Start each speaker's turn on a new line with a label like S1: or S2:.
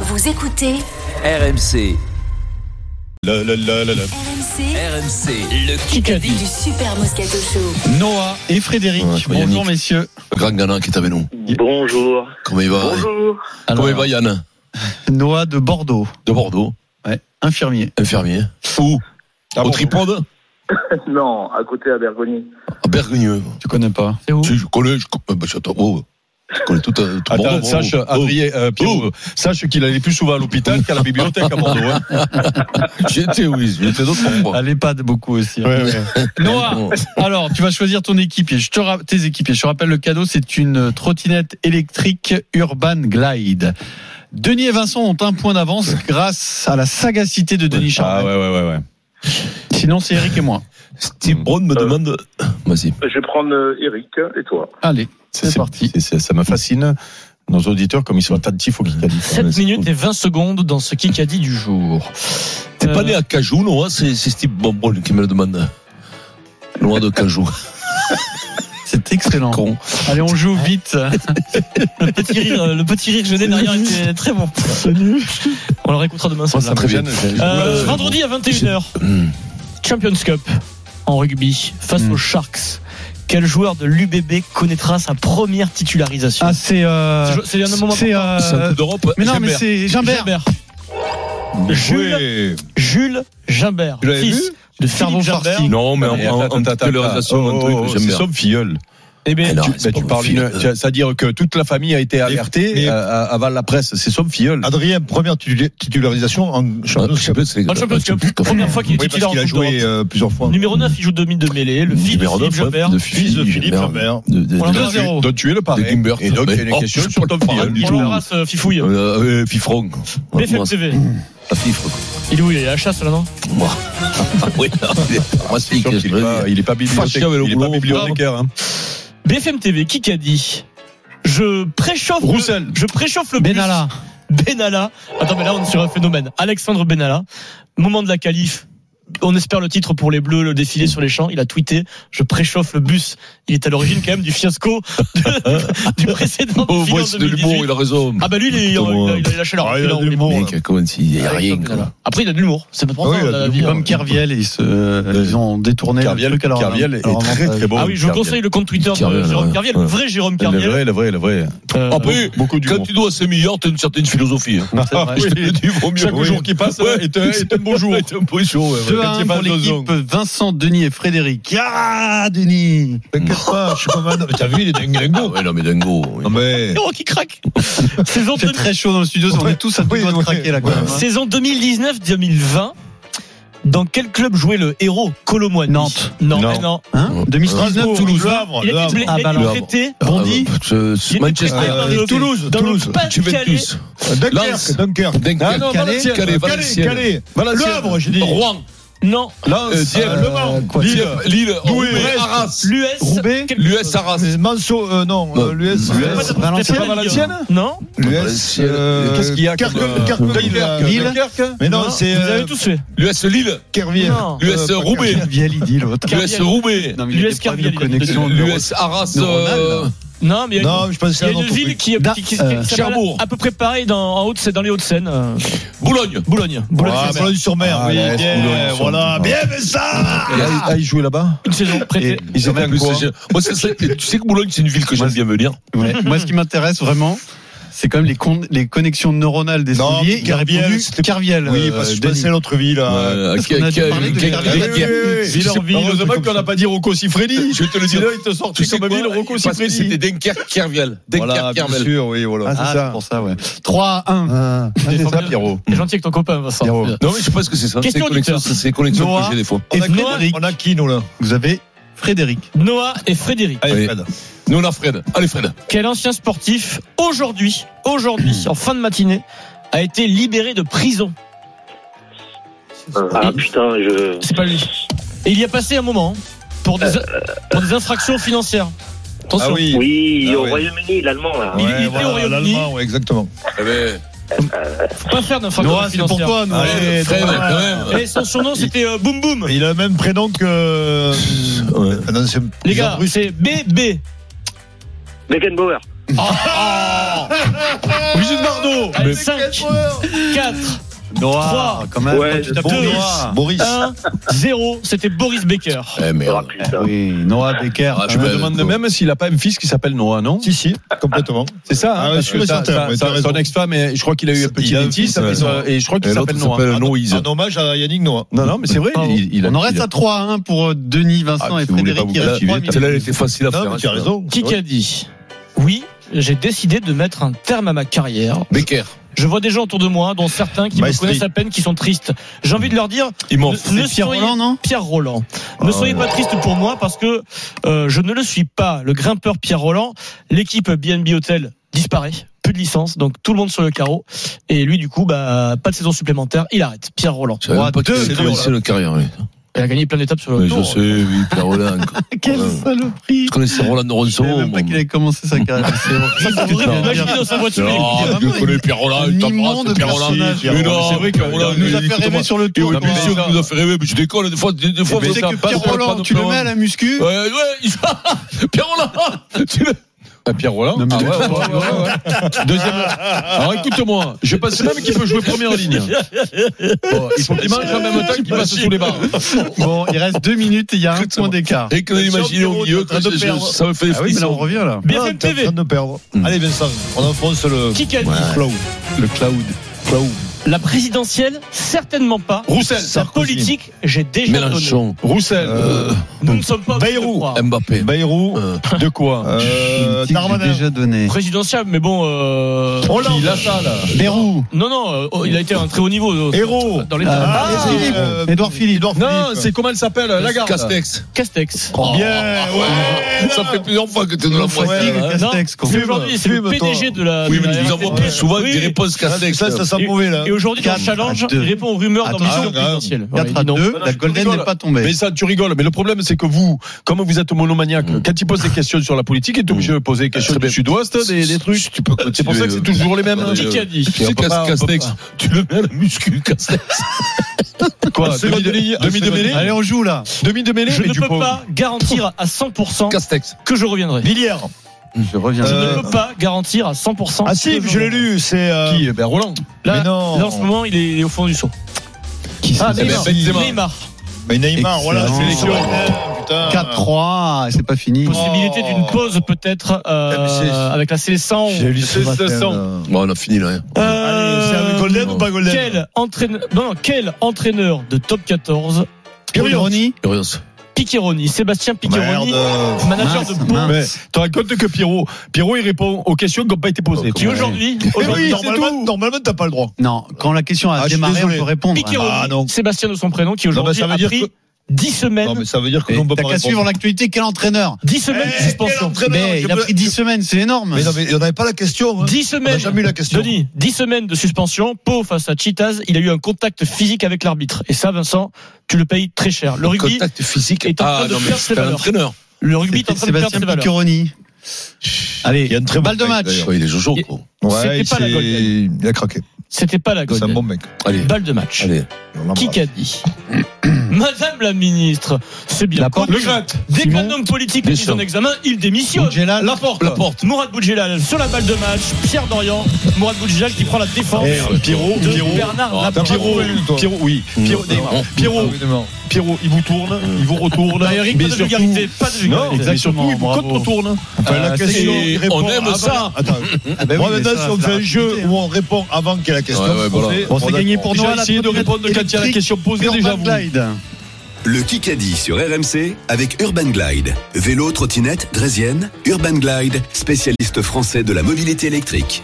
S1: Vous écoutez
S2: RMC,
S3: Le, le, le, le, le.
S1: RMC
S2: RMC, le Kikadi.
S1: du Super Moscato Show.
S3: Noah et Frédéric.
S4: Ouais, je vois
S3: Bonjour
S4: Yannick.
S3: messieurs.
S4: Greg Ganin qui est avec nous.
S5: Bonjour.
S4: Comment il va eh?
S5: Bonjour.
S4: Comment
S3: Alors,
S4: il va Yann
S3: Noah de Bordeaux,
S4: De Bordeaux,
S3: ouais, infirmier.
S4: infirmier. Où
S3: Ah
S4: Au
S3: bon
S4: tripode
S5: Non, à côté à Bergogne.
S4: À Bergogneux.
S3: Tu connais pas C'est où
S4: Si, je connais, je connais, bah, je attends, oh, je connais tout, euh, tout
S6: Attends,
S4: Bordeaux,
S6: sache,
S4: oh.
S6: Adrien, euh, Pierrot, sache qu'il allait plus souvent à l'hôpital qu'à la bibliothèque à Bordeaux. hein.
S4: Oh, J'y étais, oui, j'y étais d'autres fois.
S3: À l'EHPAD beaucoup aussi. hein. Noah,
S4: Bon,
S3: alors tu vas choisir ton équipier. Je te ra- tes équipiers. Je te rappelle le cadeau, c'est une trottinette électrique Urban Glide. Denis et Vincent ont un point d'avance grâce à la sagacité de Denis
S6: Ah
S3: Charvet.
S6: ouais, ouais, ouais. ouais.
S3: Sinon, c'est Eric et moi.
S4: Steve Brown me demande. Mm. Vas-y.
S5: Je vais prendre euh, Eric et toi.
S3: Allez, c'est parti.
S6: c'est- c'est- ça me fascine, nos auditeurs, comme ils sont attentifs au Kikadi.
S7: 7 minutes et 20 secondes dans ce Kikadi du jour.
S4: T'es pas
S7: Euh,
S4: né à Cajou, Noah C'est c'est Steve Brown qui me le demande. Noah de Cajou.
S3: C'est excellent.
S4: Con.
S3: Allez, on joue vite.
S7: le petit rire, euh, le petit rire gêné derrière était très bon. On le réécoutera demain
S4: Moi,
S7: soir.
S4: ça me gêne.
S7: Euh,
S4: Ouais,
S7: vendredi à 21h,
S4: Hum.
S7: Champions Cup en rugby face aux Sharks. Quel joueur de l'UBB connaîtra sa première titularisation
S3: Ah, c'est. euh,
S7: C'est- C'est un moment
S3: c'est. euh,
S4: C'est un coup d'Europe.
S3: mais non, mais
S4: Gilbert.
S3: c'est Gimbert.
S7: Gimbert. Jules,
S6: Ouais.
S7: Jules Gimbert,
S6: Tu l'avais
S7: fils de
S3: Cerveau
S7: Philippe Gimbert.
S3: farci.
S4: Non, mais en-
S6: Attends,
S4: en en
S6: attends, attends,
S4: titularisation,
S6: attends.
S4: un
S6: Oh, oh,
S4: truc, j'aime
S6: C'est
S4: bien.
S6: son filleul.
S7: Eh bien,
S4: Mais non,
S6: tu,
S4: c'est
S6: bah, tu
S4: pas
S6: parles
S4: mon
S6: une-
S4: filleul.
S6: tu- C'est-à-dire que toute la famille a été alertée
S8: mais-
S6: euh, à- avant la presse. C'est son filleul.
S8: Adrien, première titu- titularisation en championnat.
S4: Ah, Champions League.
S7: en Champions Cup, première fois qu'il est
S8: Oui, parce
S7: titulaire en
S8: qu'il a
S7: Coupe
S8: joué
S7: d'Europe.
S8: euh, plusieurs fois.
S7: Numéro 9, il joue demi de mêlée. Le fils de
S4: Numéro
S7: Philippe
S4: neuf, ouais,
S7: Gimbert.
S4: de
S8: Fils de Philippe Lambert.
S4: de- de-
S7: On l'a
S4: de-
S7: pas zéro.
S6: Donc tu es le
S4: de
S6: parrain.
S4: Gimbert.
S6: Et donc il y a
S4: Mais-
S6: une
S4: oh,
S6: question
S4: je
S6: sur
S4: peux
S6: ton
S4: pas parler
S6: filleul.
S4: du
S7: On
S4: tout.
S7: l'embrasse, euh, Fifouille.
S4: Euh, euh, Fifron.
S7: BFM
S4: Moi,
S7: TV.
S4: la Fifre.
S7: Il est où Il est à la chasse là, non
S4: Moi. Ah oui, non, il est pas
S6: Je suis sûr qu'il est pas- Il est pas bibliothécaire.
S4: Fâché avec le
S6: Il est pas
S4: boulot.
S6: bibliothécaire. hein.
S7: BFM TV, qui qu'a dit Je préchauffe. le-
S6: Roussel.
S7: je préchauffe le bus.
S3: Benalla.
S7: Benalla. Attends, mais là, on est sur un phénomène. Alexandre Benalla, moment de la qualif. On espère le titre pour les Bleus, le défilé sur les champs. Il a tweeté Je préchauffe le bus. Il est à l'origine quand même du fiasco de- du précédent
S4: Oh,
S7: défilé
S4: ouais,
S7: en
S4: c'est de l'humour,
S7: 2018.
S4: il a raison.
S7: Ah bah lui, il, est- il a, il a- il a lâché la
S8: Ah, il a
S7: il a-
S8: de l'humour,
S7: il est-
S8: là.
S4: Mec, comme s'il n'y a rien.
S7: Benalla.
S4: quoi.
S7: Après, il a de l'humour. C'est pas pour
S8: Ah
S7: ça,
S8: oui, il a
S7: la
S8: de
S7: vie. hein.
S3: Comme Kerviel, ils, se, ils ont détourné
S6: Euh, Kerviel,
S3: le truc. alors, euh,
S6: Kerviel est
S3: alors,
S6: très très bon.
S7: Ah oui, je vous
S6: Kerviel.
S7: conseille le compte Twitter
S4: Kerviel,
S7: de Jérôme
S4: ouais.
S7: Carviel, le vrai Jérôme
S6: Le
S7: Carviel.
S6: vrai, le vrai, le vrai.
S7: Euh,
S4: Après,
S6: Beaucoup du
S4: quand tu dois 5 milliards, t'as une certaine philosophie. hein.
S3: c'est vrai.
S4: Je te le dis, vaut mieux.
S6: Ah Chaque
S4: Oui.
S6: jour qui passe
S4: Ouais.
S6: euh, est, un, est un beau jour.
S4: C'est un peu chaud. ouais, ouais.
S3: 2 à
S6: Quand
S3: 1
S6: il
S3: pour
S6: parle de zone.
S3: l'équipe Vincent, Denis et Frédéric. Ah, Denis
S8: T'inquiète pas, je suis pas mal. T'as vu, il est
S4: Ah
S8: dingo.
S4: ouais, non, mais dingo. oui.
S8: Non, mais.
S7: Oh, qui craque Saison
S3: C'est très chaud dans le studio, on est tous à deux
S8: Oui,
S3: doigts de
S8: ouais.
S3: craquer là quand
S8: Ouais.
S3: même. hein.
S7: Saison 2019-2020. Dans quel club jouait le héros Colomboigny
S3: Nantes.
S7: Non,
S6: Non. Oh,
S7: non. non.
S3: Hein 2019, Toulouse.
S8: Le Havre,
S7: Il
S8: Le
S7: a
S8: Havre.
S7: été bla-
S3: Ah,
S7: il a
S3: bah,
S7: été
S4: le
S7: prêté
S4: Ah,
S3: Bondy.
S4: bah, ce- ce
S7: Il était
S4: Manchester.
S7: prêté dans le-
S8: Toulouse,
S7: dans le
S8: Toulouse.
S7: Pas-de-Calais.
S4: Juventus. Lens.
S8: Euh, Dunkerque, Dunkerque.
S4: Dunkerque.
S8: non,
S3: Ah, Calais,
S8: Valenciennes.
S4: Calais,
S8: Calais,
S4: Valenciennes.
S8: Calais.
S4: Valenciennes.
S8: Le Havre, j'ai dit.
S4: Rouen.
S7: Non,
S8: Lens,
S4: Euh, Dieppe.
S8: euh, Le Mans,
S3: Quoi,
S8: Lille.
S4: Dieppe, Lille,
S8: Douai,
S4: Roubaix,
S8: Brest.
S4: Arras.
S7: l'US.
S3: Roubaix,
S7: quelque chose.
S4: L'US Arras.
S8: Mais Manso, euh, non,
S4: Non.
S8: euh, l'US.
S4: L'US.
S7: Pas de-
S8: l'US.
S3: Valenciennes.
S7: pas de-
S8: Valenciennes
S7: Non,
S8: L'US. euh,
S6: Qu'est-ce qu'il y a comme,
S8: Kerke-
S6: euh,
S8: Kerke-
S6: Dunkerque,
S8: Lille.
S3: Lille.
S6: Dunkerque
S8: Mais non, c'est.
S7: Vous
S8: euh,
S7: avez tous fait.
S4: L'US Lille.
S8: Kerviel.
S7: Non.
S8: Euh,
S4: L'US
S8: pas
S4: Roubaix.
S3: Kerviel, il dit l'autre.
S4: L'US
S7: Kerviel.
S4: Roubaix.
S3: Non, mais il y a
S7: L'US
S3: des problèmes de
S7: Kerviel, il a-
S3: connexion.
S4: L'US Arras.
S3: neuronale,
S4: euh,
S7: Non, mais il y a une,
S8: Non, je pensais
S7: il y
S8: à
S7: a
S8: un
S7: une
S8: autre
S7: ville
S8: truc.
S7: qui,
S3: Da-
S7: qui, qui- qui
S3: euh,
S7: s'appelle
S4: Cherbourg.
S7: à peu près pareil dans, en haute, c'est dans les Hauts-de-Seine. euh,
S4: Boulogne.
S7: Boulogne. Boulogne.
S8: Ah, Boulogne-sur-Mer,
S6: Ah,
S8: oui,
S6: la S
S8: bien,
S6: Boulogne-sur-Mer.
S8: voilà, bien, mais ça
S6: Il a- Ah, il jouait là-bas
S7: Une saison prêtée.
S6: Ils étaient
S4: En plus, c'est- Moi, c'est ça que- tu sais que Boulogne, c'est une ville que j'aime bien venir.
S3: Ouais. Moi, ce qui m'intéresse vraiment, c'est quand même les, con- les connexions neuronales des
S8: Non,
S3: sangliers.
S8: mais
S3: Il a
S8: Kerviel,
S3: répondu
S8: c'était-
S3: Kerviel.
S8: Oui,
S3: euh,
S8: parce que je
S3: Denis.
S8: pensais à l'autre ville. euh,
S4: Euh,
S3: parce
S4: qui-
S3: qu'on a
S4: qui-
S3: déjà parlé de
S4: qui- qui-
S3: Kerviel.
S4: qui- qui-
S6: Villarville,
S8: Heureusement qu'on n'a
S6: pas dit Rocco Siffredi.
S4: Je vais te le dire.
S6: Sinon, il te sort
S4: Tu sais quoi Parce que c'était Dunkerque, Kerviel.
S8: Voilà,
S4: Dunkerque,
S8: bien
S4: Kerviel.
S8: sûr, oui, voilà.
S3: Ah, c'est pour ça, ouais. 3 à 1.
S6: Ah, c'est ça, Pierrot.
S7: T'es gentil avec ton copain, Vincent.
S6: Pierrot.
S4: Non, mais je pense que c'est ça. C'est
S7: Question
S4: les connexions-
S7: auditeur.
S4: c'est les connexions
S3: Noah.
S4: que j'ai des fois.
S8: On
S3: Et
S8: a, qui,
S3: Frédéric.
S8: on a qui, nous, là
S3: Vous avez Frédéric.
S7: Noah et Frédéric.
S8: Allez,
S4: Oui.
S8: Fred.
S4: Nous, on a Fred. Allez, Fred.
S7: Quel ancien sportif, aujourd'hui, aujourd'hui, en fin de matinée, a été libéré de prison
S5: Ah putain, je.
S7: C'est pas lui. Et il y a passé un moment hein, pour des, pour des infractions financières. Attention.
S8: Ah oui,
S5: Oui,
S8: Ah
S5: au
S8: ouais.
S5: Royaume-Uni, l'allemand là.
S7: Il- il était au
S8: voilà,
S7: Royaume-Uni.
S6: Ah,
S8: l'allemand, ouais, exactement.
S4: Eh ben,
S7: Faut pas faire d'infractions
S3: Noah, c'est pour
S7: financières.
S3: toi, Noah.
S8: Allez,
S4: Fred,
S8: Thomas.
S4: quand même.
S7: Et son surnom, c'était euh, Boum Boum.
S8: Il a le même prénom que.
S4: Ouais.
S8: Un ancien
S6: Ah,
S7: Les
S8: président
S7: gars,
S8: russe.
S7: c'est BB.
S5: Beckenbauer.
S6: Brigitte Bardot
S7: Ah, 5, 4,
S3: Noir, quand même.
S5: Ouais,
S3: Quand tu tapes
S5: bon,
S3: Boris.
S7: Noir.
S8: Boris.
S7: 1, 0. C'était Boris Baker.
S4: Eh
S5: Ah,
S4: merde.
S5: putain.
S3: Oui, Noah Becker.
S4: Ah,
S6: Je
S4: Ouais,
S6: me demande
S4: quoi.
S6: même s'il a pas un fils qui s'appelle Noah, non
S8: Si, si, complètement.
S6: C'est ça,
S8: Ah ouais,
S6: parce
S8: je suis
S6: que
S8: certain,
S6: sa-
S8: mais
S6: sa-
S8: t'as raison.
S6: son ex-femme, est- je crois qu'il a eu un petit
S8: Il a un
S6: métis,
S8: fils, ouais.
S6: ça- et je crois qu'il
S4: Et
S6: s'appelle
S4: l'autre
S6: Noah.
S4: s'appelle
S6: Ah,
S4: Noise.
S8: En hommage à Yannick Noah.
S6: Non, non, mais c'est vrai, il, il a.
S3: Ah, On en reste
S6: il a-
S3: à 3-1 pour euh, Denis, Vincent
S4: Ah,
S3: et
S4: si vous voulez pas
S3: Frédéric.
S4: vous
S3: Il reste
S4: calculer,
S3: trois minutes.
S4: Celle-là, elle était facile à
S8: Non,
S4: faire.
S8: mais tu as
S4: hein,
S8: raison.
S7: Qui a dit Oui, j'ai décidé de mettre un terme à ma carrière.
S4: celle-là. Becker.
S7: Je vois des gens autour de moi, dont certains qui
S8: Maestri.
S7: me connaissent à peine, qui sont tristes. J'ai envie de leur dire
S6: Il m'en
S7: ne-
S6: fout.
S7: ne
S3: C'est Pierre
S7: soyez-
S3: Roland, non
S7: Pierre Roland. Ne soyez pas triste pour moi parce que euh, je ne le suis pas. Le grimpeur Pierre Roland, l'équipe BNB Hotel disparaît, plus de licence, donc tout le monde sur le carreau. Et lui, du coup, bah, pas de saison supplémentaire, il arrête. Pierre Roland.
S4: Je savais même pas qu'il
S3: deux, Bah,
S4: avait
S3: c'est
S4: commencé le carrière. oui.
S7: Il a gagné plein d'étapes sur le
S4: Mais Je
S7: tour.
S4: sais, oui, Pierre Roland.
S3: Quelle
S4: Ouais.
S3: saloperie
S4: Je connaissais Roland
S3: Je
S4: Ronson.
S3: savais même pas qu'il avait commencé sa carrière. C'est
S7: Ça,
S3: horrible.
S7: c'est horrible. Imaginez dans sa voiture.
S4: Ah,
S3: Il y a
S4: tu
S3: vraiment
S4: connais Pierre Roland,
S3: un
S4: il t'embrasse,
S3: immonde
S4: Pierre Roland.
S3: personnage.
S4: Mais non,
S6: C'est vrai que Roland,
S3: Il nous a
S6: il-
S3: fait rêver sur le
S4: Et
S3: tour.
S4: oui, bien
S3: Pierre
S4: sûr
S3: Roland.
S4: qu'il nous a fait rêver, mais je déconne, des fois, des, des fois,
S3: Mais c'est que Pierre Roland, tu le mets à la muscu.
S4: Ouais, ouais, il- Pierre Roland, tu le.
S6: Ah, Pierre Roland
S3: Non, mais-
S6: Ah ouais, ouais, ouais, ouais, ouais. Deuxième. Alors écoute-moi, je pense même qu'il peut jouer première ligne. Bon, il faut qu'il mange en même temps qu'il passe sous les barres.
S3: Bon, il reste deux minutes et il y a un point d'écart.
S4: Et que l'imaginer au milieu, que je- je- ça me fait des
S3: Ah oui, mais là, on
S4: frissons.
S3: revient là.
S8: Ah,
S7: BFM
S8: t'es en
S7: TV.
S8: train de perdre.
S4: Mm.
S8: Mmh. Allez, Vincent, on enfonce le
S7: Qui a dit
S8: cloud.
S3: Le cloud.
S7: La présidentielle, certainement pas.
S6: Roussel,
S7: La politique, j'ai déjà donné.
S4: Mélenchon,
S6: Roussel,
S8: Euh,
S7: Nous ne sommes pas
S8: Bayrou.
S7: obligés de croire.
S4: Mbappé.
S8: Bayrou.
S4: Euh,
S6: de quoi
S8: Euh,
S3: Politique, j'ai
S8: Darmanin.
S3: déjà donné.
S7: Présidentielle, mais bon. Euh...
S8: Hollande.
S6: Il a ça, là.
S3: Bérou.
S7: Non, non, euh, oh, il a été à un très haut niveau. euh,
S8: Héros.
S7: Dans les
S3: Ah,
S7: Ah,
S3: Philippe.
S8: euh,
S3: Edouard Philippe.
S6: Non, c'est comment elle s'appelle euh, Lagarde.
S4: Castex.
S7: Castex.
S8: Oh, Bien, ouais.
S4: Ça fait plusieurs fois que tu nous l'as
S3: Fatigue,
S4: montré.
S7: Ouais,
S3: Castex, quoi.
S7: C'est aujourd'hui, c'est le
S8: Fume,
S7: PDG de la.
S4: Oui,
S7: de
S4: mais
S7: la
S4: tu nous envoies
S6: Euh,
S7: RTP.
S4: plus souvent
S7: Oui.
S4: des réponses Castex.
S8: Ça, ça sent mauvais, là.
S7: Et aujourd'hui, dans le
S3: Quatre
S7: challenge,
S3: à deux.
S7: il répond aux
S8: Ah,
S7: rumeurs dans
S3: Attention,
S7: le
S8: grave.
S7: présidentiel. Voilà,
S3: 4
S7: il
S3: à
S7: dit non.
S3: 2,
S6: non,
S3: la
S6: je
S3: Golden
S6: rigole.
S3: n'est pas
S6: Mais
S3: tombée.
S6: ça, tu rigoles. Mais le problème, c'est que vous, comme vous êtes monomaniaque,
S4: Mm.
S6: quand il pose des questions sur la politique, il est obligé de poser des questions
S4: Très
S6: du
S4: bien.
S6: sud-ouest, des, des trucs.
S4: Tu peux
S6: C'est pour ça que c'est toujours les mêmes. hein.
S8: hein.
S4: Euh,
S7: Qui a dit
S4: Tu sais,
S6: On peut pas- on peut
S4: Castex,
S6: pas.
S4: tu le mets à la muscu, Castex.
S6: Quoi Demi de demi de mêlée
S3: Allez, on joue là.
S6: Demi de mêlée
S7: Je
S6: mais
S7: ne
S6: du
S7: peux
S6: pauvre.
S7: pas garantir à 100%
S4: Castex.
S7: que je reviendrai.
S8: Villière.
S3: Je reviens.
S7: Je
S8: Euh,
S7: ne peux pas garantir à 100%.
S8: Ah si,
S7: que
S8: je l'ai lu, c'est... euh,
S6: Qui Ben Roland.
S7: Là,
S8: Mais
S7: là,
S8: non.
S7: en ce moment, il est il est au fond du saut.
S8: Ah,
S4: Eh ben,
S8: Neymar.
S4: Benzema.
S7: Neymar.
S8: Mais Neymar, voilà,
S3: Excellent.
S8: sélection. Putain.
S3: 4-3, et c'est pas fini.
S7: Possibilité
S8: Oh.
S7: d'une pause peut-être
S8: Ah, mais c'est-
S7: euh, avec la sélection. Euh,
S8: J'ai lu ce
S6: C'est
S8: matin,
S6: 500.
S8: là.
S4: Bon, on a fini là. hein.
S8: Allez, c'est avec Golden ou pas Golden
S7: Quel entraîneur, non, non, quel entraîneur de top 14
S3: Pironi,
S4: Curieux.
S7: Piccheroni, Sébastien Piccheroni,
S8: Merde.
S7: manager de Pau,
S3: mince.
S6: Ouais. T'en rends compte que Pierrot, Pierrot, il répond aux questions qui n'ont pas été posées.
S7: qui aujourd'hui,
S8: Eh oui,
S7: aujourd'hui
S8: normalement, normalement, t'as pas le droit.
S3: Non, quand la question a
S8: Ah, je suis
S3: démarré, on
S8: désolé.
S3: peut répondre.
S7: Piccheroni,
S8: Ah, non.
S7: Sébastien de son prénom, qui
S8: mais
S7: aujourd'hui
S8: ça veut
S7: a
S8: dire
S7: pris
S8: que-
S7: 10 semaines,
S8: Non, mais ça veut dire que
S3: Et
S8: nous, on peut
S3: T'as
S8: pas
S3: qu'à
S8: répondre.
S3: suivre l'actualité, quel entraîneur
S7: 10 semaines
S8: Eh,
S7: de suspension.
S8: quel entraîneur,
S3: Mais
S8: je
S3: il a
S8: peux-
S3: pris 10 semaines, c'est énorme.
S8: Mais non, mais on n'avait pas la question. hein.
S7: 10 semaines,
S8: jamais eu la question.
S7: Denis, 10 semaines de suspension, Pau face à Chitas, il a eu un contact physique avec l'arbitre. Et ça, Vincent, tu le payes très cher. Le rugby,
S4: Contact physique.
S7: est en train
S4: Ah,
S7: de
S4: non, mais
S7: faire ses
S4: c'est un
S7: valeurs.
S4: entraîneur.
S7: le rugby est
S3: C'était
S7: en train de perdre
S3: Sébastien
S7: ses valeurs.
S3: Piccheroni. Allez,
S8: Il y a une très
S3: balle de
S8: bonne
S3: match.
S4: Ouais, Il est Jojo, quoi.
S8: Ouais,
S7: C'était pas la
S8: c'est-
S7: Golden.
S8: Il a craqué.
S7: C'était pas la
S8: C'est un
S7: Golden.
S8: bon mec.
S4: Allez,
S7: Balle de match.
S4: allez.
S8: On l'embrasse.
S7: Qui qu'a dit Madame la ministre, c'est bien
S3: La
S7: connu.
S3: porte.
S7: Dès
S3: Simon.
S7: qu'un homme politique est mis
S4: Deschamps.
S7: en examen, il démissionne.
S3: Boudjelal.
S7: La porte.
S4: La porte.
S7: Mourad Boudjelal sur la balle de match. Pierre Dorian. Mourad Boudjelal qui prend la défense
S6: Eh, Pierrot,
S7: de
S6: Pierrot.
S7: Bernard
S4: Ah,
S7: Laporte.
S6: Pierrot,
S8: toi.
S6: Pierrot, oui. Pierrot,
S4: Non,
S6: Neymar.
S4: non.
S6: Pierrot, Pierrot, il vous tourne, il vous retourne.
S7: Bah, Eric,
S6: mais
S7: pas de
S6: surtout-
S7: vulgarité, pas de
S6: Non,
S7: vulgarité.
S6: mais surtout, il vous
S3: Bravo.
S6: contre-tourne.
S8: Enfin,
S4: Ah,
S8: la question,
S4: c'est-
S8: il répond
S4: on aime
S8: avant-
S4: ça.
S8: Attends.
S3: Ah ben
S8: Moi,
S3: oui, mais
S8: maintenant,
S3: ça,
S8: si on
S3: ça hein.
S8: fait
S3: va.
S8: un jeu où on répond avant qu'il y ait la question,
S4: Ouais, ouais,
S8: on
S4: voilà.
S8: fait-
S3: Bon, c'est
S8: on
S3: gagné
S8: répond.
S3: pour
S6: J'ai
S3: nous.
S6: essayé de répondre quand il y a la question posée déjà. vous.
S3: Glide.
S9: Le Kikadi sur RMC avec Urban Glide. Vélo, trottinette, draisienne, Urban Glide, spécialiste français de la mobilité électrique.